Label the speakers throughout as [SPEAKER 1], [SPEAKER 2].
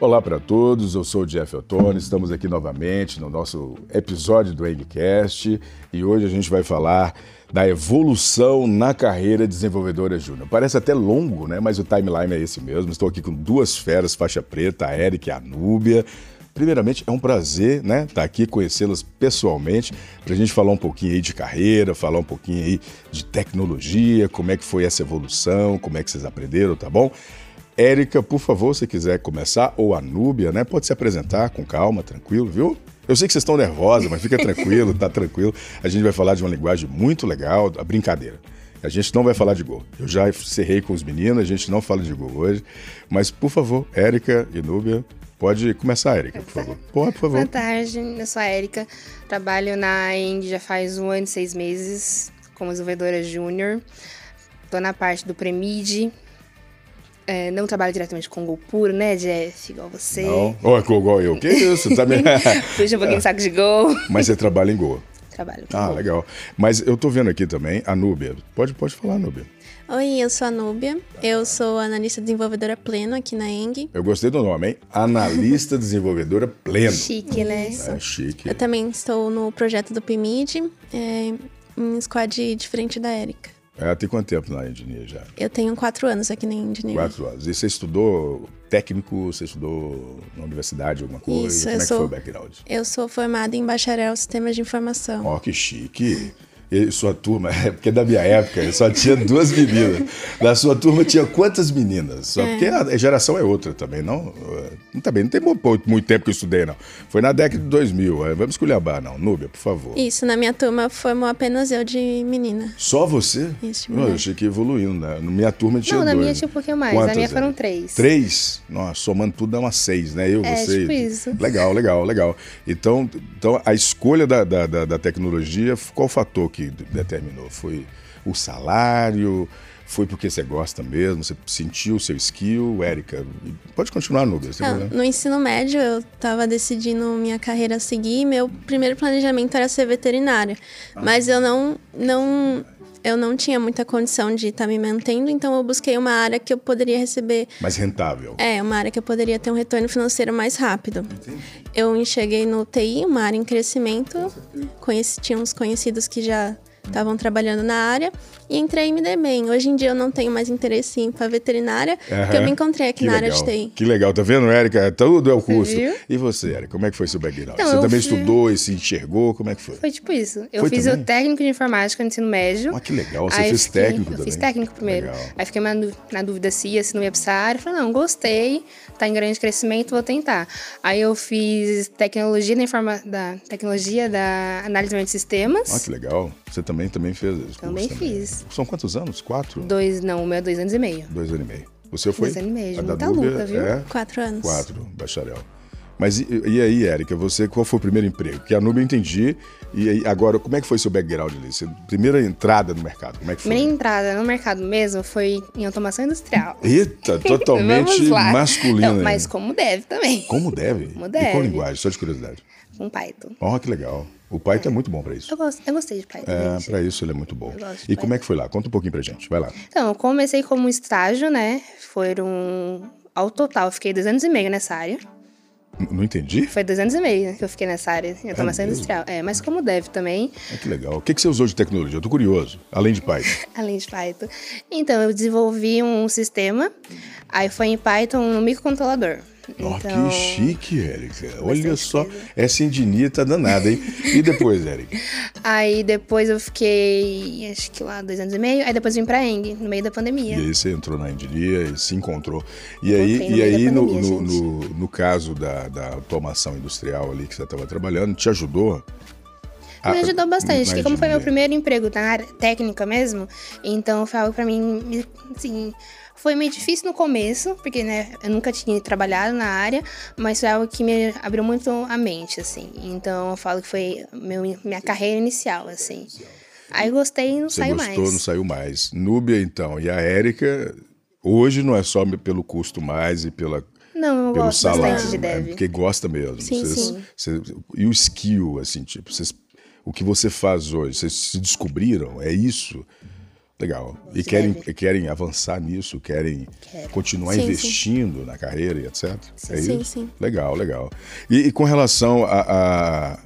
[SPEAKER 1] Olá para todos, eu sou o Jeff Ottoni, estamos aqui novamente no nosso episódio do Engcast e hoje a gente vai falar da evolução na carreira desenvolvedora júnior. Parece até longo, né? Mas o timeline é esse mesmo. Estou aqui com duas feras faixa preta, a Eric e a Núbia. Primeiramente, é um prazer estar né, tá aqui, conhecê-las pessoalmente, para a gente falar um pouquinho aí de carreira, falar um pouquinho aí de tecnologia, como é que foi essa evolução, como é que vocês aprenderam, tá bom? Érica, por favor, se quiser começar, ou a Núbia, né? Pode se apresentar com calma, tranquilo, viu? Eu sei que vocês estão nervosas, mas fica tranquilo, tá tranquilo. A gente vai falar de uma linguagem muito legal, a brincadeira. A gente não vai falar de gol. Eu já encerrei com os meninos, a gente não fala de gol hoje. Mas, por favor, Érica e Núbia, pode começar, Érica, por favor. Pode, por favor.
[SPEAKER 2] Boa tarde, eu sou a Érica. Trabalho na ENG já faz um ano e seis meses, como desenvolvedora júnior. Estou na parte do Premid, é, não trabalho diretamente com gol puro, né, Jeff? Igual você.
[SPEAKER 1] Não. Oh, igual eu. Que isso? Tá me...
[SPEAKER 2] Puxa um pouquinho de saco de gol.
[SPEAKER 1] Mas você trabalha em gol.
[SPEAKER 2] Trabalho.
[SPEAKER 1] Ah,
[SPEAKER 2] gol.
[SPEAKER 1] legal. Mas eu tô vendo aqui também a Núbia. Pode, pode falar, Núbia.
[SPEAKER 3] Oi, eu sou a Núbia. Eu sou analista desenvolvedora pleno aqui na Eng.
[SPEAKER 1] Eu gostei do nome, hein? Analista desenvolvedora pleno.
[SPEAKER 2] Chique, né?
[SPEAKER 1] É chique.
[SPEAKER 3] Eu também estou no projeto do PMID, é, em squad diferente da Érica.
[SPEAKER 1] É, tem quanto tempo na engenharia já?
[SPEAKER 3] Eu tenho quatro anos aqui na engenharia.
[SPEAKER 1] Quatro anos. E você estudou técnico, você estudou na universidade, alguma coisa?
[SPEAKER 3] Isso,
[SPEAKER 1] Como
[SPEAKER 3] eu
[SPEAKER 1] é
[SPEAKER 3] sou-
[SPEAKER 1] que foi o background?
[SPEAKER 3] Eu sou formada em bacharel em sistemas de informação.
[SPEAKER 1] Ó, que chique. E sua turma, é porque da minha época só tinha duas meninas. Da sua turma tinha quantas meninas? Só porque a geração é outra também, não? Eh, Também não tem mu- pou- muito tempo que eu estudei, não. Foi na década de 2000. eh, Vamos esculhambar, não. Núbia, por favor.
[SPEAKER 3] Isso, na minha turma formou apenas eu de menina.
[SPEAKER 1] Só você?
[SPEAKER 3] Isso,
[SPEAKER 1] Não, eu
[SPEAKER 3] mulher.
[SPEAKER 1] achei que evoluindo, né? Na minha turma tinha
[SPEAKER 2] Não, na
[SPEAKER 1] dois.
[SPEAKER 2] minha
[SPEAKER 1] né?
[SPEAKER 2] tinha um pouquinho mais. na
[SPEAKER 1] Quantas
[SPEAKER 2] minha
[SPEAKER 1] eram?
[SPEAKER 2] foram três.
[SPEAKER 1] Três? Nossa, somando tudo dá umas seis, né? Eu,
[SPEAKER 2] É,
[SPEAKER 1] você.
[SPEAKER 2] tipo isso.
[SPEAKER 1] Legal, legal, legal. Então, então a escolha da, da, da, da tecnologia, qual o fator que d- determinou? Foi o salário? Foi porque você gosta mesmo? Você sentiu o seu skill, Érica? Pode continuar, Núbia. sem
[SPEAKER 3] Ah,
[SPEAKER 1] problema.
[SPEAKER 3] no ensino médio, eu estava decidindo minha carreira a seguir. Meu primeiro planejamento era ser veterinária,
[SPEAKER 1] Ah.
[SPEAKER 3] mas eu não, não, eu não tinha muita condição de estar me mantendo, então eu busquei uma área que eu poderia receber
[SPEAKER 1] Mas rentável.
[SPEAKER 3] É, uma área que eu poderia ter um retorno financeiro mais rápido. Eu enxerguei no TI, uma área em crescimento. Conheci, tinha uns conhecidos que já estavam trabalhando na área. E entrei e me dei bem. Hoje em dia eu não tenho mais interesse em ir para veterinária, porque eu
[SPEAKER 1] Aham.
[SPEAKER 3] me encontrei
[SPEAKER 2] É
[SPEAKER 3] aqui
[SPEAKER 1] Que
[SPEAKER 3] na
[SPEAKER 1] legal.
[SPEAKER 3] área de TI.
[SPEAKER 1] Que legal, tá vendo, Érica? Tudo é o custo.
[SPEAKER 2] Viu?
[SPEAKER 1] E você, Érica, como é que foi seu background?
[SPEAKER 2] Então,
[SPEAKER 1] você
[SPEAKER 2] eu
[SPEAKER 1] também
[SPEAKER 2] fui-
[SPEAKER 1] estudou e se enxergou? Como é que foi?
[SPEAKER 2] Foi tipo isso. Eu
[SPEAKER 1] Foi
[SPEAKER 2] fiz
[SPEAKER 1] também?
[SPEAKER 2] o técnico de informática no ensino médio.
[SPEAKER 1] Ah, que legal, você
[SPEAKER 2] Aí eu
[SPEAKER 1] fez
[SPEAKER 2] fiquei-
[SPEAKER 1] técnico
[SPEAKER 2] Eu
[SPEAKER 1] também.
[SPEAKER 2] fiz técnico primeiro.
[SPEAKER 1] Legal.
[SPEAKER 2] Aí fiquei na, dú- na dúvida se ia, se não ia pra essa área. Falei, não, gostei, tá em grande crescimento, vou tentar. Aí eu fiz tecnologia da, informa... da tecnologia da análise de sistemas.
[SPEAKER 1] Ah, que legal. Você também, também fez esse curso
[SPEAKER 2] Também fiz.
[SPEAKER 1] São quantos anos? Quatro?
[SPEAKER 2] Dois, não, o meu é dois anos e meio.
[SPEAKER 1] Dois anos e meio. O seu foi?
[SPEAKER 2] Dois anos e meio,
[SPEAKER 1] A da
[SPEAKER 2] muita
[SPEAKER 1] Núbia
[SPEAKER 2] luta, viu?
[SPEAKER 1] É,
[SPEAKER 3] Quatro anos.
[SPEAKER 1] quatro, bacharel. Mas e, e aí, Érica, você, qual foi o primeiro emprego? Porque a Núbia eu entendi. E aí, agora, como é que foi seu background ali? Você- primeira entrada no mercado, como é que foi?
[SPEAKER 2] Minha entrada no mercado mesmo foi em automação industrial.
[SPEAKER 1] Eita, totalmente
[SPEAKER 2] Vamos lá.
[SPEAKER 1] masculina.
[SPEAKER 2] Não,
[SPEAKER 1] hein?
[SPEAKER 2] mas como deve também.
[SPEAKER 1] Como deve?
[SPEAKER 2] Como
[SPEAKER 1] E qual
[SPEAKER 2] deve.
[SPEAKER 1] linguagem? Só de curiosidade.
[SPEAKER 2] Com Python.
[SPEAKER 1] Ó, que legal. O Python é muito bom pra isso.
[SPEAKER 2] Eu, gosto, eu gostei de Python.
[SPEAKER 1] É,
[SPEAKER 2] gente.
[SPEAKER 1] pra isso ele é muito bom.
[SPEAKER 2] Eu gosto de
[SPEAKER 1] E como é que foi lá? Conta um pouquinho pra gente. Vai lá.
[SPEAKER 2] Então, eu comecei como estágio, né? Foram. Ao total, eu fiquei dois anos e meio nessa área.
[SPEAKER 1] N- Não entendi?
[SPEAKER 2] Foi dois anos e meio né, que eu fiquei nessa área em automação
[SPEAKER 1] mesmo?
[SPEAKER 2] industrial. É, mas como deve também,
[SPEAKER 1] Ah, que legal. O que, que você usou de tecnologia? Eu tô curioso. Além de Python.
[SPEAKER 2] além de Python. Então, eu desenvolvi um sistema, aí foi em Python no microcontrolador.
[SPEAKER 1] Ó,
[SPEAKER 2] então,
[SPEAKER 1] que chique, Érica. Olha só. Essa endinia tá danada, hein? E depois, Érica?
[SPEAKER 2] Aí depois eu fiquei, acho que lá, dois anos e meio. Aí depois vim pra Eng, no meio da
[SPEAKER 1] E
[SPEAKER 2] pandemia.
[SPEAKER 1] aí você entrou na endinia e se encontrou. E
[SPEAKER 2] Encontrei
[SPEAKER 1] aí, e
[SPEAKER 2] no meio
[SPEAKER 1] aí
[SPEAKER 2] da
[SPEAKER 1] no,
[SPEAKER 2] pandemia,
[SPEAKER 1] no- no- no caso da, da automação industrial ali que você estava trabalhando, te ajudou?
[SPEAKER 2] me
[SPEAKER 1] a-
[SPEAKER 2] ajudou bastante,
[SPEAKER 1] na
[SPEAKER 2] porque como foi meu
[SPEAKER 1] engenharia?
[SPEAKER 2] primeiro emprego na área técnica mesmo, então foi algo pra mim, assim, foi meio difícil no começo, porque, né, eu nunca tinha trabalhado na área, mas foi algo que me abriu muito a mente, assim. Então eu falo que foi meu, minha carreira inicial, assim. Aí gostei e não
[SPEAKER 1] Você
[SPEAKER 2] saiu
[SPEAKER 1] gostou, não
[SPEAKER 2] mais.
[SPEAKER 1] saiu mais. Núbia, então, e a Érica, hoje não é só pelo custo mais e pela,
[SPEAKER 2] Não, eu
[SPEAKER 1] pelo
[SPEAKER 2] gosto
[SPEAKER 1] salário,
[SPEAKER 2] bastante de
[SPEAKER 1] né?
[SPEAKER 2] dev.
[SPEAKER 1] porque gosta mesmo.
[SPEAKER 3] Sim,
[SPEAKER 1] Vocês-
[SPEAKER 3] sim.
[SPEAKER 1] vocês- e o skill, assim, tipo, vocês, o que você faz hoje, vocês se descobriram, é isso? Legal. E
[SPEAKER 2] Se
[SPEAKER 1] querem,
[SPEAKER 2] deve.
[SPEAKER 1] querem avançar nisso, querem
[SPEAKER 2] Quero.
[SPEAKER 1] continuar
[SPEAKER 3] Sim, sim.
[SPEAKER 1] investindo na carreira e etc. é
[SPEAKER 3] Sim,
[SPEAKER 1] isso?
[SPEAKER 3] sim.
[SPEAKER 1] Legal, legal. E, e com relação a, a,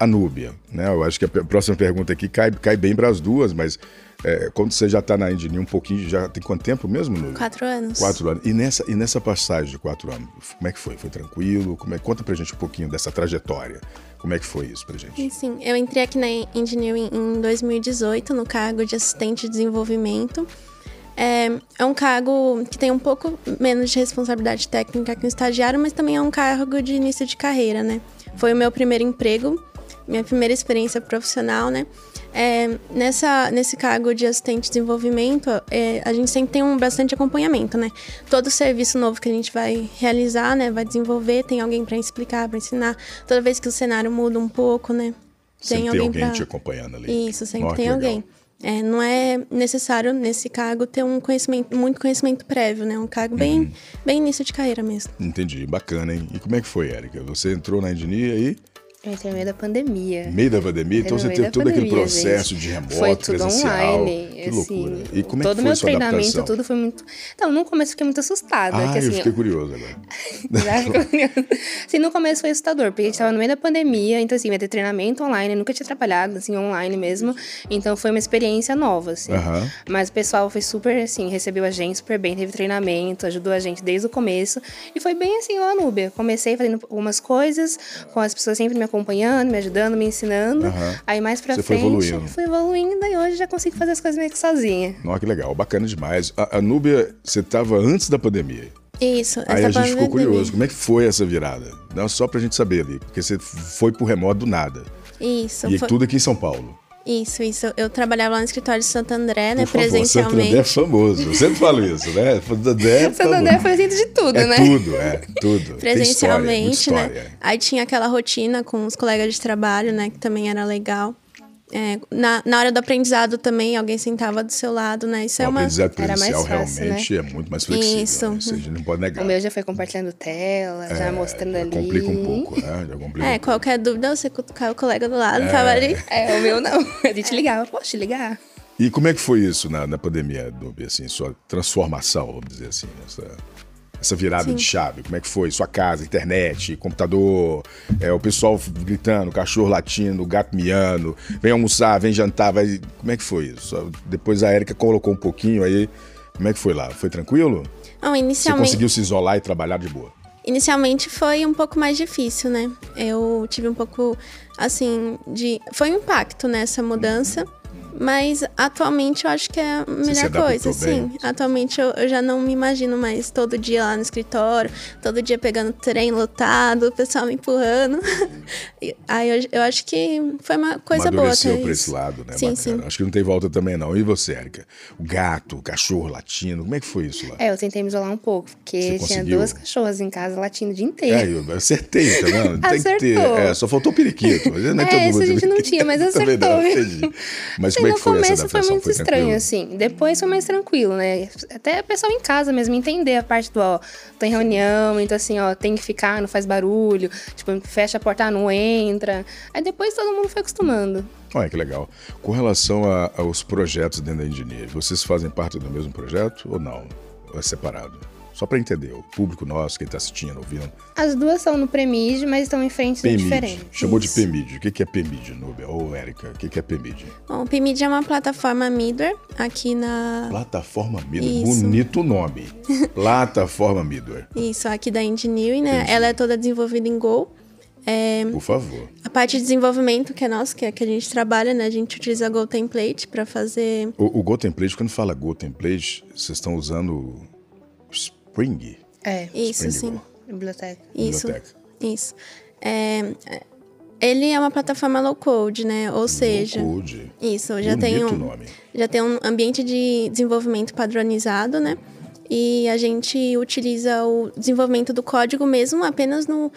[SPEAKER 1] a Núbia, né? Eu acho que a pe- próxima pergunta aqui cai, cai bem para as duas, mas é, quando você já está na Engineering um pouquinho, já tem quanto tempo mesmo, Núbia?
[SPEAKER 3] Quatro anos.
[SPEAKER 1] Quatro anos. E nessa, e nessa passagem de quatro anos, f- como é que foi? Foi tranquilo? Como é, conta pra gente um pouquinho dessa trajetória. Como é que foi isso pra gente?
[SPEAKER 3] E, Sim, eu entrei aqui na Engineering em 2018 no cargo de assistente de desenvolvimento. É, é um cargo que tem um pouco menos de responsabilidade técnica que um estagiário, mas também é um cargo de início de carreira, né? Foi o meu primeiro emprego, minha primeira experiência profissional, né? É, nessa, nesse cargo de assistente de desenvolvimento, é, a gente sempre tem um bastante acompanhamento, né? Todo serviço novo que a gente vai realizar, né? Vai desenvolver, tem alguém para explicar, para ensinar. Toda vez que o cenário muda um pouco, né?
[SPEAKER 1] sempre tem alguém
[SPEAKER 3] pra-
[SPEAKER 1] te acompanhando ali.
[SPEAKER 3] isso, sempre
[SPEAKER 1] Ó, que
[SPEAKER 3] tem
[SPEAKER 1] legal.
[SPEAKER 3] alguém. É, não é necessário, nesse cargo, ter um conhecimento, muito conhecimento prévio, né? Um cargo bem,
[SPEAKER 1] Uhum.
[SPEAKER 3] bem início de carreira mesmo.
[SPEAKER 1] Entendi, bacana, hein? E como é que foi, Érica? Você entrou na engenharia aí,
[SPEAKER 2] Eu entrei no meio da pandemia.
[SPEAKER 1] no meio da pandemia, então
[SPEAKER 2] no
[SPEAKER 1] você
[SPEAKER 2] É. meio
[SPEAKER 1] teve
[SPEAKER 2] da
[SPEAKER 1] todo aquele
[SPEAKER 2] pandemia,
[SPEAKER 1] processo
[SPEAKER 2] gente.
[SPEAKER 1] de remoto,
[SPEAKER 2] Foi tudo
[SPEAKER 1] presencial.
[SPEAKER 2] online.
[SPEAKER 1] que loucura.
[SPEAKER 2] assim,
[SPEAKER 1] E como é que
[SPEAKER 2] todo
[SPEAKER 1] foi
[SPEAKER 2] meu
[SPEAKER 1] a sua
[SPEAKER 2] treinamento,
[SPEAKER 1] adaptação?
[SPEAKER 2] tudo foi muito. Então, no começo eu fiquei muito assustada.
[SPEAKER 1] Ah,
[SPEAKER 2] que, assim,
[SPEAKER 1] eu fiquei curioso agora.
[SPEAKER 2] Já ficou- assim, no começo foi assustador, porque a gente tava no meio da pandemia, então assim, ia ter treinamento online, eu nunca tinha trabalhado, assim, online mesmo. Então foi uma experiência nova, assim.
[SPEAKER 1] Aham.
[SPEAKER 2] Mas o pessoal foi super, assim, recebeu a gente super bem, teve treinamento, ajudou a gente desde o começo. E foi bem assim lá no Uber. Comecei fazendo algumas coisas, com as pessoas sempre me acompanhando, me ajudando, me ensinando.
[SPEAKER 1] Aham.
[SPEAKER 2] Aí mais pra
[SPEAKER 1] Você foi
[SPEAKER 2] frente,
[SPEAKER 1] evoluindo.
[SPEAKER 2] fui evoluindo e hoje já consigo fazer as coisas meio que sozinha.
[SPEAKER 1] Nossa, que legal, bacana demais. A, a Núbia, você estava antes da pandemia.
[SPEAKER 3] Isso.
[SPEAKER 1] Aí
[SPEAKER 3] essa
[SPEAKER 1] a gente ficou
[SPEAKER 3] pandemia.
[SPEAKER 1] curioso, como é que foi essa virada? Não, só pra gente saber ali, porque você foi pro remoto do nada.
[SPEAKER 3] Isso,
[SPEAKER 1] e
[SPEAKER 3] Então foi-
[SPEAKER 1] tudo aqui em São Paulo.
[SPEAKER 3] isso, isso. Eu trabalhava lá no escritório de Santo André, né?
[SPEAKER 1] Por favor, Santo
[SPEAKER 3] presencialmente.
[SPEAKER 1] André é famoso. Eu sempre falo isso, né? Santo André é
[SPEAKER 2] Santo André foi assim de tudo,
[SPEAKER 1] É
[SPEAKER 2] né?
[SPEAKER 1] tudo, é, tudo. Tem história, muita
[SPEAKER 3] presencialmente,
[SPEAKER 1] história.
[SPEAKER 3] né? Aí tinha aquela rotina com os colegas de trabalho, né? Que também era legal. É, na, na hora do aprendizado também, alguém sentava do seu lado, né? Isso é
[SPEAKER 1] O
[SPEAKER 3] uma.
[SPEAKER 1] aprendizado
[SPEAKER 2] Era mais
[SPEAKER 1] presencial
[SPEAKER 2] fácil,
[SPEAKER 1] realmente é muito mais flexível.
[SPEAKER 3] Isso.
[SPEAKER 1] né? Isso a gente não pode
[SPEAKER 2] O
[SPEAKER 1] negar.
[SPEAKER 2] meu já foi compartilhando tela, já mostrando
[SPEAKER 1] É, Já
[SPEAKER 2] ali.
[SPEAKER 1] Complica um pouco, né? Já complica
[SPEAKER 3] É,
[SPEAKER 1] um pouco.
[SPEAKER 3] qualquer dúvida, você cutucar o colega do lado, tava ali.
[SPEAKER 2] É, o meu não. A gente ligava, poxa, te ligar.
[SPEAKER 1] E como é que foi isso na, na pandemia, Dubi, assim, sua transformação, vamos dizer assim, essa, essa virada de chave? Como é que foi? Sua casa, internet, computador, é, o pessoal gritando, cachorro latindo, gato miando, vem almoçar, vem jantar, vai... Como é que foi isso? Só- Depois a Érica colocou um pouquinho aí, como é que foi lá? Foi tranquilo?
[SPEAKER 3] Não,
[SPEAKER 1] Você
[SPEAKER 3] inicialmente,
[SPEAKER 1] conseguiu se isolar e trabalhar de boa?
[SPEAKER 3] inicialmente foi um pouco mais difícil, né? Eu tive um pouco, assim, de. Foi um impacto nessa mudança. Mas atualmente eu acho que é a melhor
[SPEAKER 1] adaptou
[SPEAKER 3] coisa,
[SPEAKER 1] bem?
[SPEAKER 3] sim. Atualmente eu, eu já não me imagino mais todo dia lá no escritório, todo dia pegando trem lotado, o pessoal me empurrando.
[SPEAKER 1] Uhum.
[SPEAKER 3] E- Aí eu, eu acho que foi uma coisa boa.
[SPEAKER 1] Amadureceu
[SPEAKER 3] ter
[SPEAKER 1] pra
[SPEAKER 3] isso.
[SPEAKER 1] esse lado, né?
[SPEAKER 3] Sim,
[SPEAKER 1] Bacana.
[SPEAKER 3] sim.
[SPEAKER 1] Acho que não tem volta também, não. E você, Érica? O gato, o cachorro latindo, como é que foi isso lá?
[SPEAKER 2] É, eu tentei me isolar um pouco, porque
[SPEAKER 1] Você
[SPEAKER 2] tinha
[SPEAKER 1] conseguiu?
[SPEAKER 2] duas cachorras em casa latindo o dia inteiro.
[SPEAKER 1] É, eu acertei, tá vendo? Tem que ter.
[SPEAKER 2] Acertou.
[SPEAKER 1] É, só faltou o periquito. Mas não é,
[SPEAKER 2] É,
[SPEAKER 1] todo
[SPEAKER 2] esse
[SPEAKER 1] mundo.
[SPEAKER 2] a gente não tinha, mas
[SPEAKER 1] Também não,
[SPEAKER 2] acertou.
[SPEAKER 1] entendi. Mas
[SPEAKER 2] Sim,
[SPEAKER 1] como é
[SPEAKER 2] no
[SPEAKER 1] que foi essa
[SPEAKER 2] começo foi
[SPEAKER 1] adaptação?
[SPEAKER 2] muito estranho,
[SPEAKER 1] tranquilo?
[SPEAKER 2] assim. Depois foi mais tranquilo, né? Até o pessoal em casa mesmo entender a parte do, ó, tô em reunião, então assim, ó, tem que ficar, não faz barulho, tipo, fecha a porta, não entra. Aí depois todo mundo foi acostumando.
[SPEAKER 1] Olha que legal. Com relação a- aos projetos dentro da engenharia, vocês fazem parte do mesmo projeto ou não? Ou é separado? Só para entender, o público nosso, quem está assistindo, ouvindo.
[SPEAKER 2] As duas são no Premid, mas estão em frentes
[SPEAKER 1] PMID.
[SPEAKER 2] diferentes.
[SPEAKER 1] Chamou de
[SPEAKER 2] Isso.
[SPEAKER 1] PMID. O que que é PMID, Núbia? Ou Érica, o que que é PMID?
[SPEAKER 3] Bom, o PMID é uma plataforma middleware aqui
[SPEAKER 2] Ah.
[SPEAKER 3] na.
[SPEAKER 1] Plataforma Midway.
[SPEAKER 3] Isso.
[SPEAKER 1] Bonito nome. Plataforma Midway.
[SPEAKER 3] Isso, aqui da Engineering, né? Ela é toda desenvolvida em Go. É,
[SPEAKER 1] Por favor.
[SPEAKER 3] a parte de desenvolvimento que é nossa, que é que a gente trabalha, né? A gente utiliza Go Template para fazer.
[SPEAKER 1] O, o Go Template, quando fala Go Template, vocês estão usando Spring?
[SPEAKER 2] É,
[SPEAKER 3] Isso,
[SPEAKER 1] Spring
[SPEAKER 3] sim.
[SPEAKER 1] Go,
[SPEAKER 2] biblioteca.
[SPEAKER 3] Isso.
[SPEAKER 1] biblioteca.
[SPEAKER 3] Isso. É, é, ele é uma plataforma low code, né? Ou seja,
[SPEAKER 1] Low Code.
[SPEAKER 3] isso, já
[SPEAKER 1] Bonito
[SPEAKER 3] tem um.
[SPEAKER 1] nome.
[SPEAKER 3] já tem um ambiente de desenvolvimento padronizado, né? E a gente utiliza o desenvolvimento do código mesmo apenas no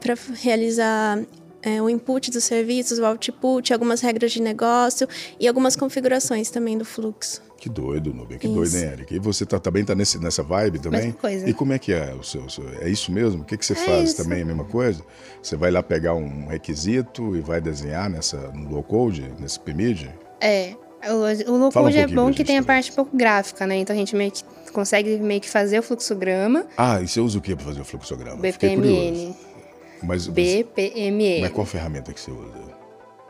[SPEAKER 3] para realizar é, o input dos serviços, o output, algumas regras de negócio e algumas configurações também do fluxo.
[SPEAKER 1] Que doido, Nubia. Que
[SPEAKER 3] Isso.
[SPEAKER 1] doido, hein, Eric? E você tá, também tá nesse, nessa vibe também?
[SPEAKER 2] Mesma coisa.
[SPEAKER 1] E como é que é o seu? o seu- é isso mesmo? O que, que você faz
[SPEAKER 2] isso.
[SPEAKER 1] também? É A mesma coisa? Você vai lá pegar um requisito e vai desenhar nessa, no low code, nesse PMID?
[SPEAKER 2] É. O, o
[SPEAKER 1] Fala um
[SPEAKER 2] Locude é
[SPEAKER 1] pouquinho pra
[SPEAKER 2] bom que
[SPEAKER 1] gente
[SPEAKER 2] tem a
[SPEAKER 1] também.
[SPEAKER 2] parte um pouco gráfica, né? Então a gente meio que consegue meio que fazer o fluxograma,
[SPEAKER 1] Ah, e você usa o que para fazer o fluxograma? Fiquei curioso.
[SPEAKER 2] BPMN.
[SPEAKER 1] Mas, mas, mas
[SPEAKER 2] BPMN.
[SPEAKER 1] qual ferramenta que você usa?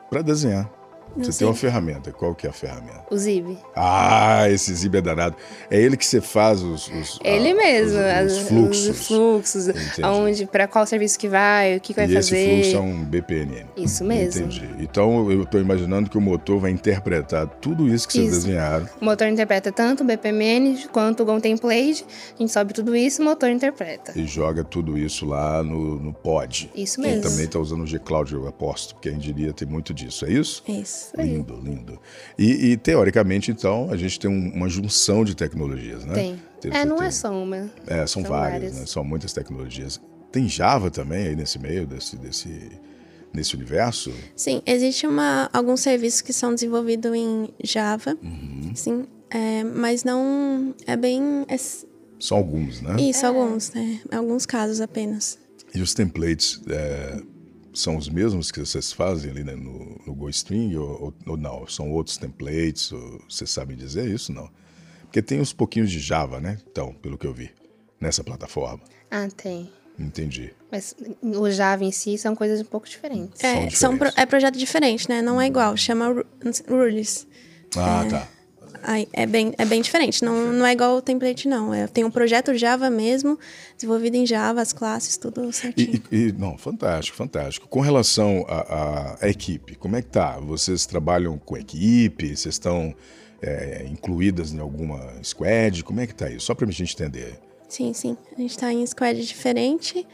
[SPEAKER 1] Para desenhar. você
[SPEAKER 3] sei.
[SPEAKER 1] tem uma ferramenta. Qual que é a ferramenta?
[SPEAKER 2] O Zib.
[SPEAKER 1] Ah, esse Zib é danado. É ele que você faz os, os-
[SPEAKER 2] Ele
[SPEAKER 1] ah,
[SPEAKER 2] mesmo,
[SPEAKER 1] os-
[SPEAKER 2] as-
[SPEAKER 1] os fluxos.
[SPEAKER 2] os fluxos,
[SPEAKER 1] Entendi.
[SPEAKER 2] aonde, para qual serviço que vai, o que, que vai
[SPEAKER 1] e
[SPEAKER 2] fazer.
[SPEAKER 1] esse fluxo é um BPNN.
[SPEAKER 2] Isso mesmo.
[SPEAKER 1] Entendi. Então eu estou imaginando que o motor vai interpretar tudo isso que vocês
[SPEAKER 2] Isso.
[SPEAKER 1] desenharam.
[SPEAKER 2] O motor interpreta tanto o BPMN quanto o GOM Template. A gente sobe tudo isso, o motor interpreta.
[SPEAKER 1] e joga tudo isso lá no, no pod.
[SPEAKER 2] Isso
[SPEAKER 1] Quem
[SPEAKER 2] mesmo.
[SPEAKER 1] também está usando o G-Cloud, eu aposto, porque a engenharia tem muito disso, é isso?
[SPEAKER 3] É isso.
[SPEAKER 1] Lindo, lindo. E, e, teoricamente, então, a gente tem um- uma junção de tecnologias, né?
[SPEAKER 2] Tem.
[SPEAKER 1] Tem-
[SPEAKER 2] É, não
[SPEAKER 1] tem-
[SPEAKER 2] é só uma.
[SPEAKER 1] é, são,
[SPEAKER 2] são
[SPEAKER 1] várias,
[SPEAKER 2] várias.
[SPEAKER 1] né? São muitas tecnologias. Tem Java também aí nesse meio, desse, desse, nesse universo?
[SPEAKER 3] Sim, existe uma, alguns serviços que são desenvolvidos em Java,
[SPEAKER 1] Uhum.
[SPEAKER 3] sim, é, mas não é bem é s-
[SPEAKER 1] São alguns, né?
[SPEAKER 3] isso alguns, né? Alguns casos apenas.
[SPEAKER 1] E os templates é, são os mesmos que vocês fazem ali né, no, no GoString ou, ou- ou não? São outros templates? ou- vocês sabem dizer isso? Não. Porque tem uns pouquinhos de Java, né? Então, pelo que eu vi, nessa plataforma.
[SPEAKER 2] Ah, tem.
[SPEAKER 1] Entendi.
[SPEAKER 2] Mas o Java em si são coisas um pouco diferentes.
[SPEAKER 1] São
[SPEAKER 3] É, são pro-
[SPEAKER 1] diferentes. Uhum.
[SPEAKER 3] é projeto diferente, né? Não é igual, chama Ru- Rules.
[SPEAKER 1] Ah, tá.
[SPEAKER 3] Aí, é, bem, é bem diferente, não, não é igual o template, não. É, tem um projeto Java mesmo, desenvolvido em Java, as classes, tudo certinho.
[SPEAKER 1] E, e- e- não, fantástico, fantástico. Com relação à à- à equipe, como é que tá? Vocês trabalham com equipe? Vocês estão é, incluídas em alguma squad? Como é que tá isso? Só para a gente entender.
[SPEAKER 3] Sim, sim. A gente tá em squad diferente,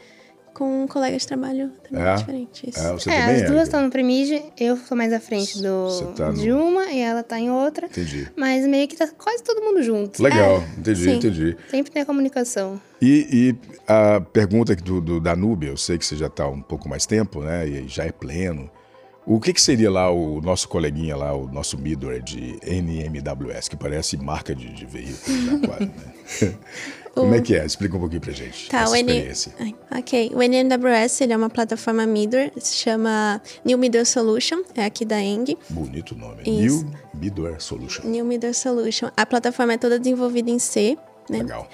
[SPEAKER 3] com colegas de trabalho também
[SPEAKER 1] É?
[SPEAKER 3] diferente. Isso.
[SPEAKER 1] É, você
[SPEAKER 2] É,
[SPEAKER 1] também
[SPEAKER 2] as
[SPEAKER 1] é,
[SPEAKER 2] duas
[SPEAKER 1] Igor?
[SPEAKER 2] estão no Premige, eu sou mais à frente
[SPEAKER 1] Você
[SPEAKER 2] do,
[SPEAKER 1] tá no-
[SPEAKER 2] de uma e ela tá em outra.
[SPEAKER 1] Entendi.
[SPEAKER 2] Mas meio que tá quase todo mundo junto.
[SPEAKER 1] Legal, entendi,
[SPEAKER 3] sim.
[SPEAKER 1] entendi.
[SPEAKER 2] É, sempre tem a comunicação.
[SPEAKER 1] E, e a pergunta aqui do, do Danúbio, eu sei que você já está um pouco mais tempo, né? E já é pleno. O que, que seria lá o nosso coleguinha lá, o nosso midor de NMWS, que parece marca de, de veículo já quase, né? Como é que é? Explica um pouquinho pra gente
[SPEAKER 3] Tá,
[SPEAKER 1] essa
[SPEAKER 3] o N-
[SPEAKER 1] experiência.
[SPEAKER 3] Ai, ok. O NMWS ele é uma plataforma middleware, se chama New Middleware Solution, é aqui da Eng.
[SPEAKER 1] Bonito nome.
[SPEAKER 3] Isso. Né?
[SPEAKER 1] New Midor Solution.
[SPEAKER 3] New Middleware Solution. A plataforma é toda desenvolvida em C, né?
[SPEAKER 1] Legal.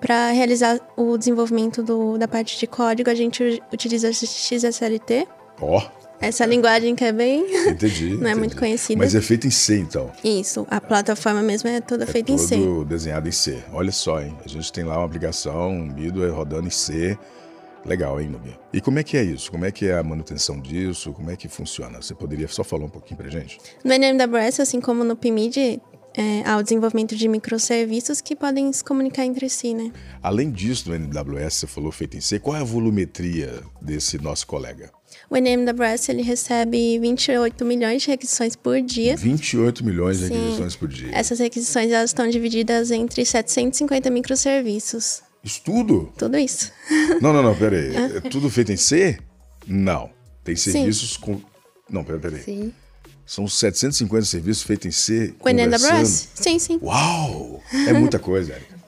[SPEAKER 3] Para realizar o desenvolvimento do- da parte de código, a gente u- utiliza XSLT,
[SPEAKER 1] Ó,
[SPEAKER 3] essa linguagem que é bem.
[SPEAKER 1] entendi.
[SPEAKER 3] Não é muito
[SPEAKER 1] entendi.
[SPEAKER 3] conhecida.
[SPEAKER 1] Mas é feito em C, então.
[SPEAKER 3] Isso, a plataforma mesmo é toda feita em C.
[SPEAKER 1] Todo desenhado em C. Olha só, hein? A gente tem lá uma aplicação, um middleware rodando em C. Legal, hein, Nubia? E como é que é isso? Como é que é a manutenção disso? Como é que funciona? Você poderia só falar um pouquinho pra gente?
[SPEAKER 3] No NMWS, assim como no PMID, é, há o desenvolvimento de microserviços que podem se comunicar entre si, né?
[SPEAKER 1] Além disso, do NWS, você falou feito em C, qual é a volumetria desse nosso colega?
[SPEAKER 3] O NMWS ele recebe 28 milhões de requisições por dia.
[SPEAKER 1] 28 milhões de
[SPEAKER 3] Sim. É
[SPEAKER 1] requisições por dia.
[SPEAKER 3] Essas requisições elas estão divididas entre 750 microserviços.
[SPEAKER 1] Isso tudo?
[SPEAKER 3] Tudo isso.
[SPEAKER 1] Não, não, não, peraí. É tudo feito em C? Não. Tem
[SPEAKER 3] Sim.
[SPEAKER 1] serviços com. Não, peraí, peraí.
[SPEAKER 2] Sim.
[SPEAKER 1] São 750 serviços feitos em C.
[SPEAKER 3] O
[SPEAKER 1] conversando.
[SPEAKER 3] NMWS? Sim, sim.
[SPEAKER 1] Uau! É muita coisa, Érica.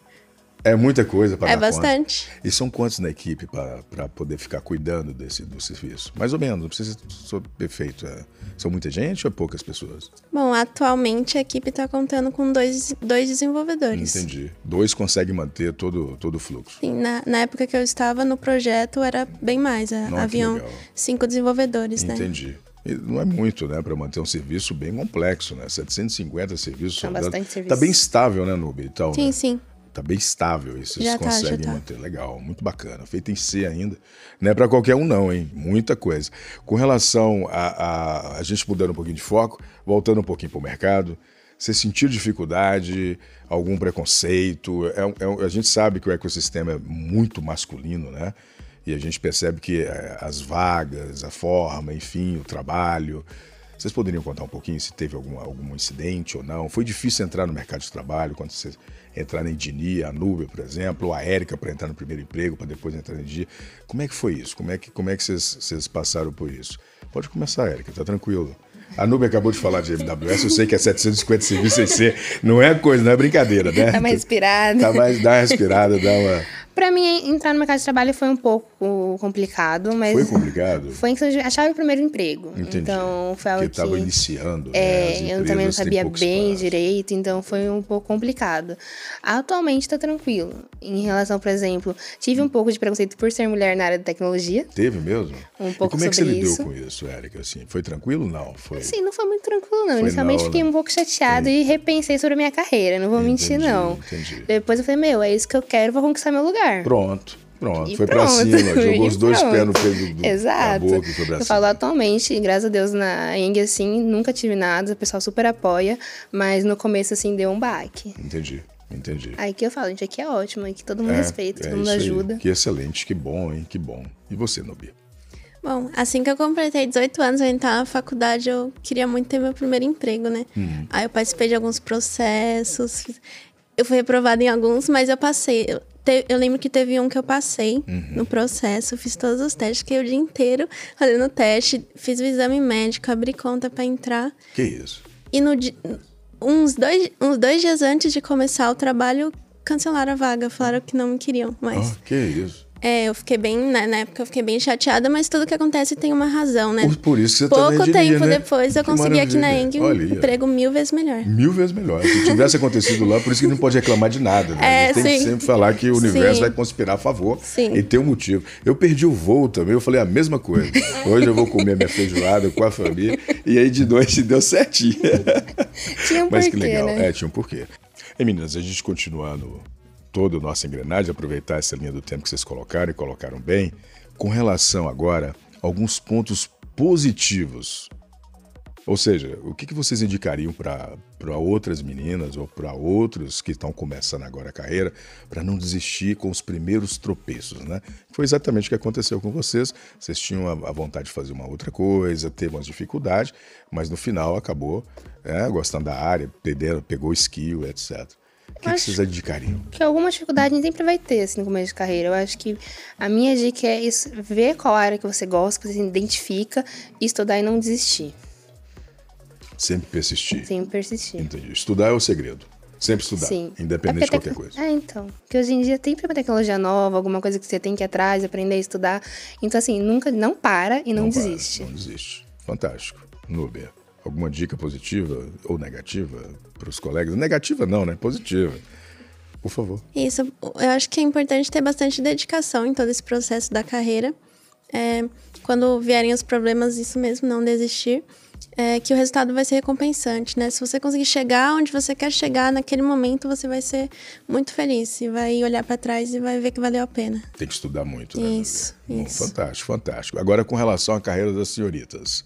[SPEAKER 1] É muita coisa para
[SPEAKER 3] É bastante.
[SPEAKER 1] E são quantos na equipe para poder ficar cuidando desse do serviço? Mais ou menos, não precisa ser perfeito. é. São muita gente ou é poucas pessoas?
[SPEAKER 3] Bom, atualmente a equipe está contando com dois, dois desenvolvedores.
[SPEAKER 1] Entendi. Dois conseguem manter todo, todo o fluxo.
[SPEAKER 3] Sim, na, na época que eu estava no projeto era bem mais. a-
[SPEAKER 1] Nossa, que
[SPEAKER 3] haviam
[SPEAKER 1] legal.
[SPEAKER 3] cinco desenvolvedores, né?
[SPEAKER 1] Entendi. E não é muito, né, para manter um serviço bem complexo, né? 750 serviços.
[SPEAKER 2] São
[SPEAKER 1] rodando.
[SPEAKER 2] bastante serviços.
[SPEAKER 1] Tá bem estável, né, Nubi? Então, né?
[SPEAKER 3] Sim, sim.
[SPEAKER 1] Tá bem estável isso. Vocês
[SPEAKER 3] Já tá, já
[SPEAKER 1] conseguem
[SPEAKER 3] tá.
[SPEAKER 1] manter. Legal, muito bacana. Feito em C ainda. Não é para qualquer um, não, hein? Muita coisa. Com relação a, a, a gente mudando um pouquinho de foco, voltando um pouquinho para o mercado, você sentiu dificuldade, algum preconceito? É, um- é um- a gente sabe que o ecossistema é muito masculino, né? E a gente percebe que eh, as vagas, a forma, enfim, o trabalho. Vocês poderiam contar um pouquinho se teve algum, algum incidente ou não? Foi difícil entrar no mercado de trabalho, quando vocês entraram em Dini, a Nubia, por exemplo, ou a Érica para entrar no primeiro emprego, para depois entrar em Dini. Como é que foi isso? Como é que, como é que vocês, vocês passaram por isso? Pode começar, Érica, tá tranquilo. A Nubia acabou de falar de MWS, eu sei que é 750
[SPEAKER 2] Tá
[SPEAKER 1] serviços em C, não é coisa, não é brincadeira, né?
[SPEAKER 2] Dá uma respirada.
[SPEAKER 1] Tá mais, dá uma respirada, dá uma...
[SPEAKER 2] Pra mim, entrar no mercado de trabalho foi um pouco complicado, mas.
[SPEAKER 1] Foi complicado?
[SPEAKER 2] Foi em que eu achava o primeiro emprego.
[SPEAKER 1] Entendi.
[SPEAKER 2] Então foi algo
[SPEAKER 1] Porque
[SPEAKER 2] que.
[SPEAKER 1] estava iniciando. né? As
[SPEAKER 2] É, eu
[SPEAKER 1] empresas
[SPEAKER 2] também não
[SPEAKER 1] têm
[SPEAKER 2] sabia
[SPEAKER 1] pouco
[SPEAKER 2] bem
[SPEAKER 1] espaço.
[SPEAKER 2] direito, então foi um pouco complicado. Atualmente tá tranquilo. Em relação, por exemplo, tive um pouco de preconceito por ser mulher na área de tecnologia.
[SPEAKER 1] Teve mesmo?
[SPEAKER 2] Um
[SPEAKER 1] e
[SPEAKER 2] pouco
[SPEAKER 1] como é que você
[SPEAKER 2] sobre
[SPEAKER 1] lidou
[SPEAKER 2] isso.
[SPEAKER 1] com isso, Érica? Assim, foi tranquilo ou não? Foi.
[SPEAKER 2] Sim, não foi muito tranquilo, não.
[SPEAKER 1] Foi
[SPEAKER 2] Inicialmente
[SPEAKER 1] não,
[SPEAKER 2] fiquei
[SPEAKER 1] né?
[SPEAKER 2] um pouco chateada e repensei sobre a minha carreira, não vou mentir,
[SPEAKER 1] Entendi,
[SPEAKER 2] não.
[SPEAKER 1] entendi.
[SPEAKER 2] Depois eu falei, meu, é isso que eu quero, vou conquistar meu lugar.
[SPEAKER 1] Pronto, pronto.
[SPEAKER 2] E
[SPEAKER 1] foi pra
[SPEAKER 2] pronto,
[SPEAKER 1] cima, jogou
[SPEAKER 2] e
[SPEAKER 1] os dois pés no
[SPEAKER 2] pronto.
[SPEAKER 1] peito do, do
[SPEAKER 2] Exato.
[SPEAKER 1] da boca e foi pra
[SPEAKER 2] eu
[SPEAKER 1] cima.
[SPEAKER 2] falo atualmente, graças a Deus, na Eng, assim, nunca tive nada, o pessoal super apoia, mas no começo, assim, deu um baque.
[SPEAKER 1] Entendi, entendi.
[SPEAKER 2] Aí que eu falo, gente, aqui é ótimo, aqui todo mundo
[SPEAKER 1] É,
[SPEAKER 2] respeita,
[SPEAKER 1] é
[SPEAKER 2] todo mundo
[SPEAKER 1] isso aí.
[SPEAKER 2] ajuda.
[SPEAKER 1] Que excelente, que bom, hein? Que bom. E você, Nobi?
[SPEAKER 3] Bom, assim que eu completei 18 anos, eu entrar na faculdade, eu queria muito ter meu primeiro emprego, né? Aí eu participei de alguns processos, fiz- eu fui reprovada em alguns, mas eu passei. Eu, te- eu lembro que teve um que eu passei no processo, fiz todos os testes, fiquei o dia inteiro fazendo teste, fiz o exame médico, abri conta pra entrar.
[SPEAKER 1] Que isso?
[SPEAKER 3] E no di- uns, dois, uns dois dias antes de começar o trabalho, cancelaram a vaga, falaram que não me queriam mais.
[SPEAKER 1] Ah, que isso?
[SPEAKER 3] É, eu fiquei bem, né, na época eu fiquei bem chateada, mas tudo que acontece tem uma razão, né?
[SPEAKER 1] Por, por isso que você também
[SPEAKER 3] Pouco
[SPEAKER 1] diria,
[SPEAKER 3] tempo
[SPEAKER 1] né?
[SPEAKER 3] depois eu
[SPEAKER 1] Que
[SPEAKER 3] consegui aqui na
[SPEAKER 1] maravilha.
[SPEAKER 3] Eng
[SPEAKER 1] Olha
[SPEAKER 3] um
[SPEAKER 1] aí, ó.
[SPEAKER 3] emprego mil vezes melhor.
[SPEAKER 1] Mil vezes melhor. Se tivesse acontecido lá, por isso que não pode reclamar de nada. Né?
[SPEAKER 3] É,
[SPEAKER 1] a gente tem que
[SPEAKER 3] sim.
[SPEAKER 1] sempre falar que o universo
[SPEAKER 3] Sim.
[SPEAKER 1] vai conspirar a favor
[SPEAKER 3] Sim.
[SPEAKER 1] e ter um motivo. Eu perdi o voo também, eu falei a mesma coisa. Hoje eu vou comer minha feijoada com a família. E aí de noite deu certinho.
[SPEAKER 2] Tinha um
[SPEAKER 1] Mas que
[SPEAKER 2] porquê,
[SPEAKER 1] legal.
[SPEAKER 2] né?
[SPEAKER 1] É, tinha um porquê. E meninas, a gente continuando toda a nossa engrenagem, aproveitar essa linha do tempo que vocês colocaram e colocaram bem, com relação agora a alguns pontos positivos. Ou seja, o que, que vocês indicariam para outras meninas ou para outros que estão começando agora a carreira para não desistir com os primeiros tropeços, né? Foi exatamente o que aconteceu com vocês. Vocês tinham a, a vontade de fazer uma outra coisa, teve umas dificuldades, mas no final acabou né, gostando da área, pegou, pegou skill, etc. O que, que
[SPEAKER 2] Acho-
[SPEAKER 1] vocês indicariam?
[SPEAKER 2] que alguma dificuldade sempre vai ter assim, no começo de carreira. Eu acho que a minha dica é isso, ver qual área que você gosta, que você se identifica, estudar e não desistir.
[SPEAKER 1] Sempre persistir.
[SPEAKER 2] Sempre persistir.
[SPEAKER 1] Entendi. Estudar é o segredo. Sempre estudar,
[SPEAKER 2] Sim.
[SPEAKER 1] independente
[SPEAKER 2] É
[SPEAKER 1] de qualquer
[SPEAKER 2] porque tec-
[SPEAKER 1] coisa.
[SPEAKER 2] É, então. Porque hoje em dia tem uma tecnologia nova, alguma coisa que você tem que ir atrás, aprender a estudar. Então, assim, nunca não para e não,
[SPEAKER 1] Não para,
[SPEAKER 2] desiste.
[SPEAKER 1] Então não desiste. Fantástico. Núbia, alguma dica positiva ou negativa para os colegas? Negativa não, né? Positiva. Por favor.
[SPEAKER 3] Isso, eu acho que é importante ter bastante dedicação em todo esse processo da carreira. É, quando vierem os problemas, isso mesmo, não desistir. É, que o resultado vai ser recompensante, né? Se você conseguir chegar onde você quer chegar naquele momento, você vai ser muito feliz e vai olhar pra trás e vai ver que valeu a pena.
[SPEAKER 1] Tem que estudar muito, né? Núbia?
[SPEAKER 3] Isso,
[SPEAKER 1] Bom,
[SPEAKER 3] isso.
[SPEAKER 1] Fantástico, fantástico. Agora, com relação à carreira das senhoritas.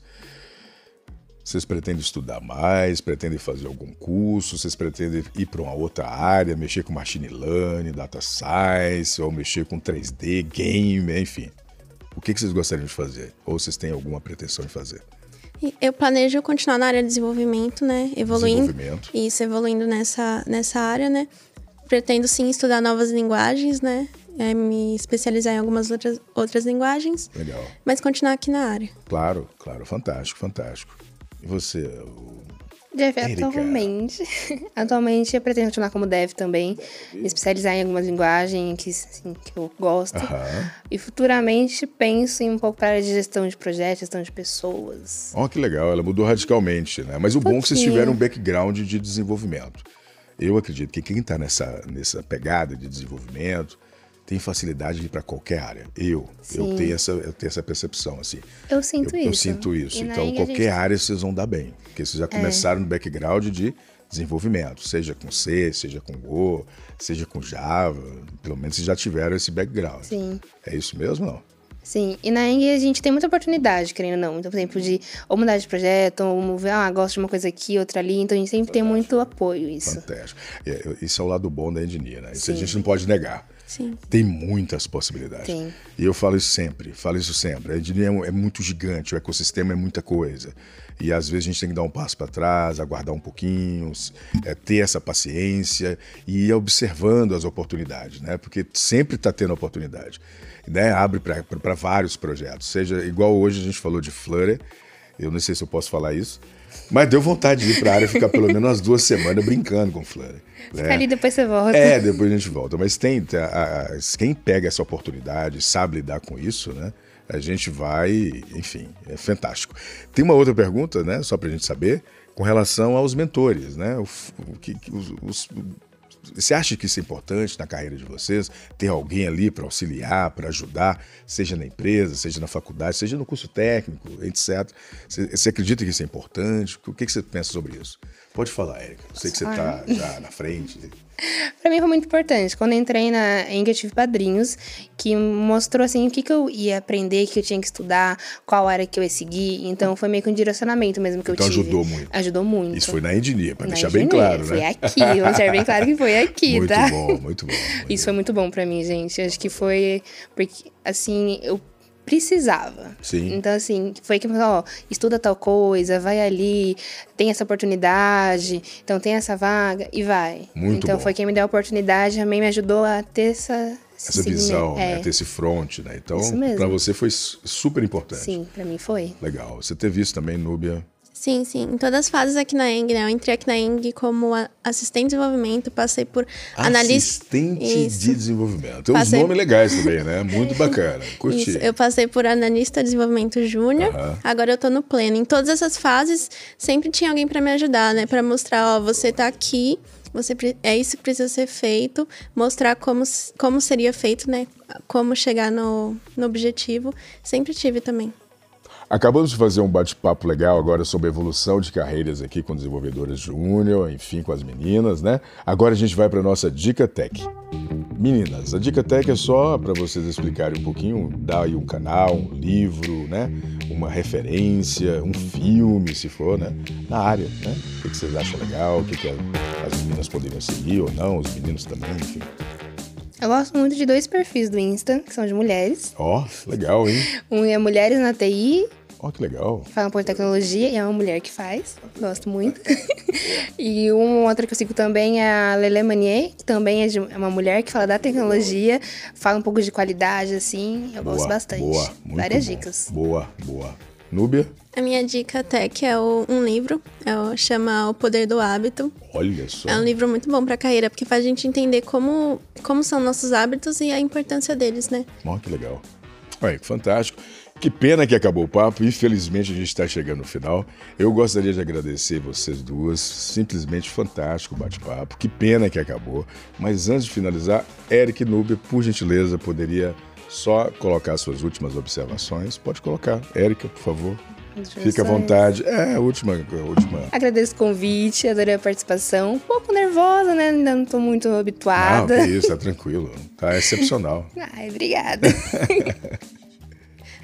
[SPEAKER 1] Vocês pretendem estudar mais? Pretendem fazer algum curso? Vocês pretendem ir para uma outra área, mexer com machine learning, data science, ou mexer com 3D, game, enfim? O que que vocês gostariam de fazer? Ou vocês têm alguma pretensão de fazer?
[SPEAKER 3] E Eu planejo continuar na área de desenvolvimento, né? Evoluindo.
[SPEAKER 1] Desenvolvimento.
[SPEAKER 3] Isso, evoluindo nessa, nessa área, né? Pretendo sim estudar novas linguagens, né? É, me especializar em algumas outras, outras linguagens,
[SPEAKER 1] Legal.
[SPEAKER 3] mas continuar aqui na área.
[SPEAKER 1] Claro, claro, fantástico, fantástico. E você, o-
[SPEAKER 2] Jeff,
[SPEAKER 1] Érica.
[SPEAKER 2] atualmente. atualmente eu pretendo continuar como dev também, me especializar em alguma linguagem que, assim, que eu gosto.
[SPEAKER 1] Aham.
[SPEAKER 2] E futuramente penso em um pouco para a área de gestão de projetos, gestão de pessoas.
[SPEAKER 1] Ó, que legal, ela mudou radicalmente, né? Mas o bom é que vocês
[SPEAKER 2] pouquinho.
[SPEAKER 1] tiveram um background de desenvolvimento. Eu acredito que quem está nessa, nessa pegada de desenvolvimento tem facilidade de ir para qualquer área. Eu, eu
[SPEAKER 2] Sim.
[SPEAKER 1] tenho, essa, eu tenho essa percepção, assim.
[SPEAKER 2] Eu sinto
[SPEAKER 1] eu,
[SPEAKER 2] isso. né?
[SPEAKER 1] eu sinto isso.
[SPEAKER 2] E na
[SPEAKER 1] Então,
[SPEAKER 2] Eng a É.
[SPEAKER 1] qualquer área vocês vão dar bem. Porque vocês já começaram no background de desenvolvimento, seja com C, seja com Go, seja com Java. Pelo menos vocês já tiveram esse background.
[SPEAKER 2] Sim.
[SPEAKER 1] É isso mesmo ou não?
[SPEAKER 2] Sim, e na Eng a gente tem muita oportunidade, querendo ou não. Então, por exemplo, de ou mudar de projeto, ou mover, ah, gosto de uma coisa aqui, outra ali. Então, a gente sempre tem muito apoio isso.
[SPEAKER 1] Fantástico. É, isso é o lado bom da engenharia, né? Isso a
[SPEAKER 2] Sim.
[SPEAKER 1] gente não pode negar.
[SPEAKER 3] Sim.
[SPEAKER 1] Tem muitas possibilidades.
[SPEAKER 2] Tem.
[SPEAKER 1] E eu falo isso sempre, falo isso sempre. A engenharia é mu- é muito gigante, o ecossistema é muita coisa. E às vezes a gente tem que dar um passo para trás, aguardar um pouquinho, s- é, ter essa paciência e ir observando as oportunidades, né? Porque sempre está tendo oportunidade. Né? Abre para vários projetos, seja igual hoje a gente falou de Flutter, eu não sei se eu posso falar isso, Mas deu vontade de ir para a área e ficar pelo menos umas duas semanas brincando com né? o Flurry.
[SPEAKER 2] Fica ali depois você volta.
[SPEAKER 1] É, depois a gente volta. Mas tem a- a- quem pega essa oportunidade, sabe lidar com isso, né? A gente vai, enfim, é fantástico. Tem uma outra pergunta, né? Só para a gente saber, com relação aos mentores, né? O, f- o que, que os- os- você acha que isso é importante na carreira de vocês? Ter alguém ali para auxiliar, para ajudar, seja na empresa, seja na faculdade, seja no curso técnico, etc. Você, você acredita que isso é importante? O que, que você pensa sobre isso? Pode falar, Érica. Eu sei que você está já na frente.
[SPEAKER 2] Pra mim foi muito importante. Quando eu entrei na Enga, eu tive padrinhos que mostrou assim o que, que eu ia aprender, o que eu tinha que estudar, qual área que eu ia seguir. Então foi meio que um direcionamento mesmo que
[SPEAKER 1] Então
[SPEAKER 2] eu tive.
[SPEAKER 1] ajudou muito.
[SPEAKER 2] Ajudou muito.
[SPEAKER 1] Isso foi na engenharia, para
[SPEAKER 2] Na
[SPEAKER 1] deixar bem
[SPEAKER 2] engenharia.
[SPEAKER 1] claro,
[SPEAKER 2] Foi
[SPEAKER 1] né?
[SPEAKER 2] aqui, vamos deixar bem claro que foi aqui,
[SPEAKER 1] Muito
[SPEAKER 2] tá?
[SPEAKER 1] bom, muito bom. muito
[SPEAKER 2] Isso foi muito bom pra mim, gente. Acho que foi porque, assim, eu precisava.
[SPEAKER 1] Sim.
[SPEAKER 2] Então, assim, foi que me falou, ó, estuda tal coisa, vai ali, tem essa oportunidade, então tem essa vaga e vai.
[SPEAKER 1] Muito
[SPEAKER 2] então
[SPEAKER 1] bom.
[SPEAKER 2] foi quem me deu a oportunidade, também me ajudou a ter essa É,
[SPEAKER 1] Essa visão, né? ter esse front, né? Então,
[SPEAKER 2] Isso mesmo.
[SPEAKER 1] para você foi su- super importante.
[SPEAKER 2] Sim, pra mim foi.
[SPEAKER 1] Legal. Você teve isso também, Núbia?
[SPEAKER 3] Sim, sim. Em todas as fases aqui na Eng, né? Eu entrei aqui na Eng como a- assistente de desenvolvimento, passei por analista.
[SPEAKER 1] Assistente
[SPEAKER 3] Isso.
[SPEAKER 1] de desenvolvimento. Tem
[SPEAKER 3] Passei-
[SPEAKER 1] uns nomes legais também, né? Muito bacana. Curti.
[SPEAKER 3] Isso, eu passei por analista de desenvolvimento júnior,
[SPEAKER 1] Aham.
[SPEAKER 3] agora eu tô no pleno. Em todas essas fases, sempre tinha alguém pra me ajudar, né? Pra mostrar, ó, você tá aqui, você pre- é isso que precisa ser feito, mostrar como, s- como seria feito, né? Como chegar no, no objetivo. Sempre tive também.
[SPEAKER 1] Acabamos de fazer um bate-papo legal agora sobre a evolução de carreiras aqui com desenvolvedoras júnior, enfim, com as meninas, né? Agora a gente vai para nossa Dica Tech. Meninas, a Dica Tech é só para vocês explicarem um pouquinho, dar aí um canal, um livro, né? Uma referência, um filme, se for, né? Na área, né? O que que vocês acham legal, o que, que as meninas poderiam seguir ou não, os meninos também, enfim.
[SPEAKER 2] Eu gosto muito de dois perfis do Insta, que são de mulheres.
[SPEAKER 1] Ó, legal, hein?
[SPEAKER 2] Um é Mulheres na TI,
[SPEAKER 1] Ó, que legal.
[SPEAKER 2] fala um pouco de tecnologia e é uma mulher que faz, gosto muito. e uma outra que eu sigo também é a Lele Manier, que também é, de- é uma mulher que fala da tecnologia, fala um pouco de qualidade, assim, eu gosto
[SPEAKER 1] Boa,
[SPEAKER 2] bastante.
[SPEAKER 1] Boa, muito
[SPEAKER 2] Várias
[SPEAKER 1] bom.
[SPEAKER 2] dicas.
[SPEAKER 1] Boa, boa. Núbia?
[SPEAKER 3] A minha dica até que é o- um livro, é o- chama O Poder do Hábito.
[SPEAKER 1] Olha só.
[SPEAKER 3] É um livro muito bom pra carreira, porque faz a gente entender como, como são nossos hábitos e a importância deles, né?
[SPEAKER 1] Ó, que legal. Olha, que fantástico. Que pena que acabou o papo. Infelizmente, a gente está chegando no final. Eu gostaria de agradecer vocês duas. Simplesmente fantástico o bate-papo. Que pena que acabou. Mas antes de finalizar, Eric Nubia, por gentileza, poderia só colocar suas últimas observações. Pode colocar. Érica, por favor. Fica à vontade. É, a última, a última
[SPEAKER 2] Agradeço o convite, adorei a participação. Um pouco nervosa, né? Ainda não tô muito
[SPEAKER 1] Ah,
[SPEAKER 2] habituada.
[SPEAKER 1] que isso, tá tranquilo. Tá excepcional.
[SPEAKER 2] Ai, obrigada.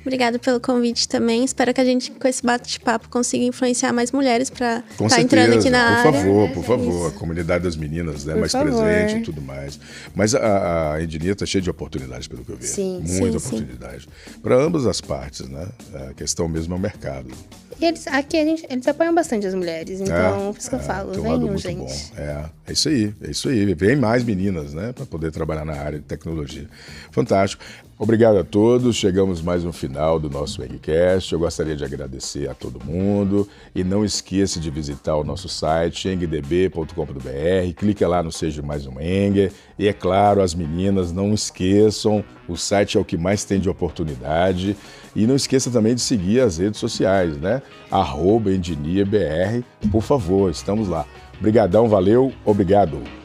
[SPEAKER 3] Obrigada pelo convite também. Espero que a gente, com esse bate-papo, consiga influenciar mais mulheres pra
[SPEAKER 1] Com
[SPEAKER 3] tá
[SPEAKER 1] certeza.
[SPEAKER 3] entrando aqui na
[SPEAKER 1] por
[SPEAKER 3] área.
[SPEAKER 1] favor, por
[SPEAKER 2] É
[SPEAKER 1] favor. A comunidade das meninas, né?
[SPEAKER 2] Por
[SPEAKER 1] mais
[SPEAKER 2] favor.
[SPEAKER 1] presente e tudo mais. Mas a, a engenharia tá cheia de oportunidades, pelo que eu vejo.
[SPEAKER 2] Sim,
[SPEAKER 1] Muita
[SPEAKER 3] sim, sim.
[SPEAKER 1] oportunidade. Para ambas as partes, né? A questão mesmo é o mercado.
[SPEAKER 2] E eles, aqui a gente, eles apoiam bastante as mulheres, então, por isso que eu
[SPEAKER 1] é,
[SPEAKER 2] falo,
[SPEAKER 1] tem um lado
[SPEAKER 2] venham,
[SPEAKER 1] muito
[SPEAKER 2] gente.
[SPEAKER 1] bom. É, é isso aí, é isso aí. Vem mais meninas, né, para poder trabalhar na área de tecnologia. Fantástico. Obrigado a todos. Chegamos mais um final do nosso Engcast. Eu gostaria de agradecer a todo mundo e não esqueça de visitar o nosso site engdb.com.br. Clica lá no Seja Mais um Eng. E é claro, as meninas não esqueçam, o site é o que mais tem de oportunidade. E não esqueça também de seguir as redes sociais, né? Arroba EngineerBR, por favor, estamos lá. Obrigadão, valeu, obrigado.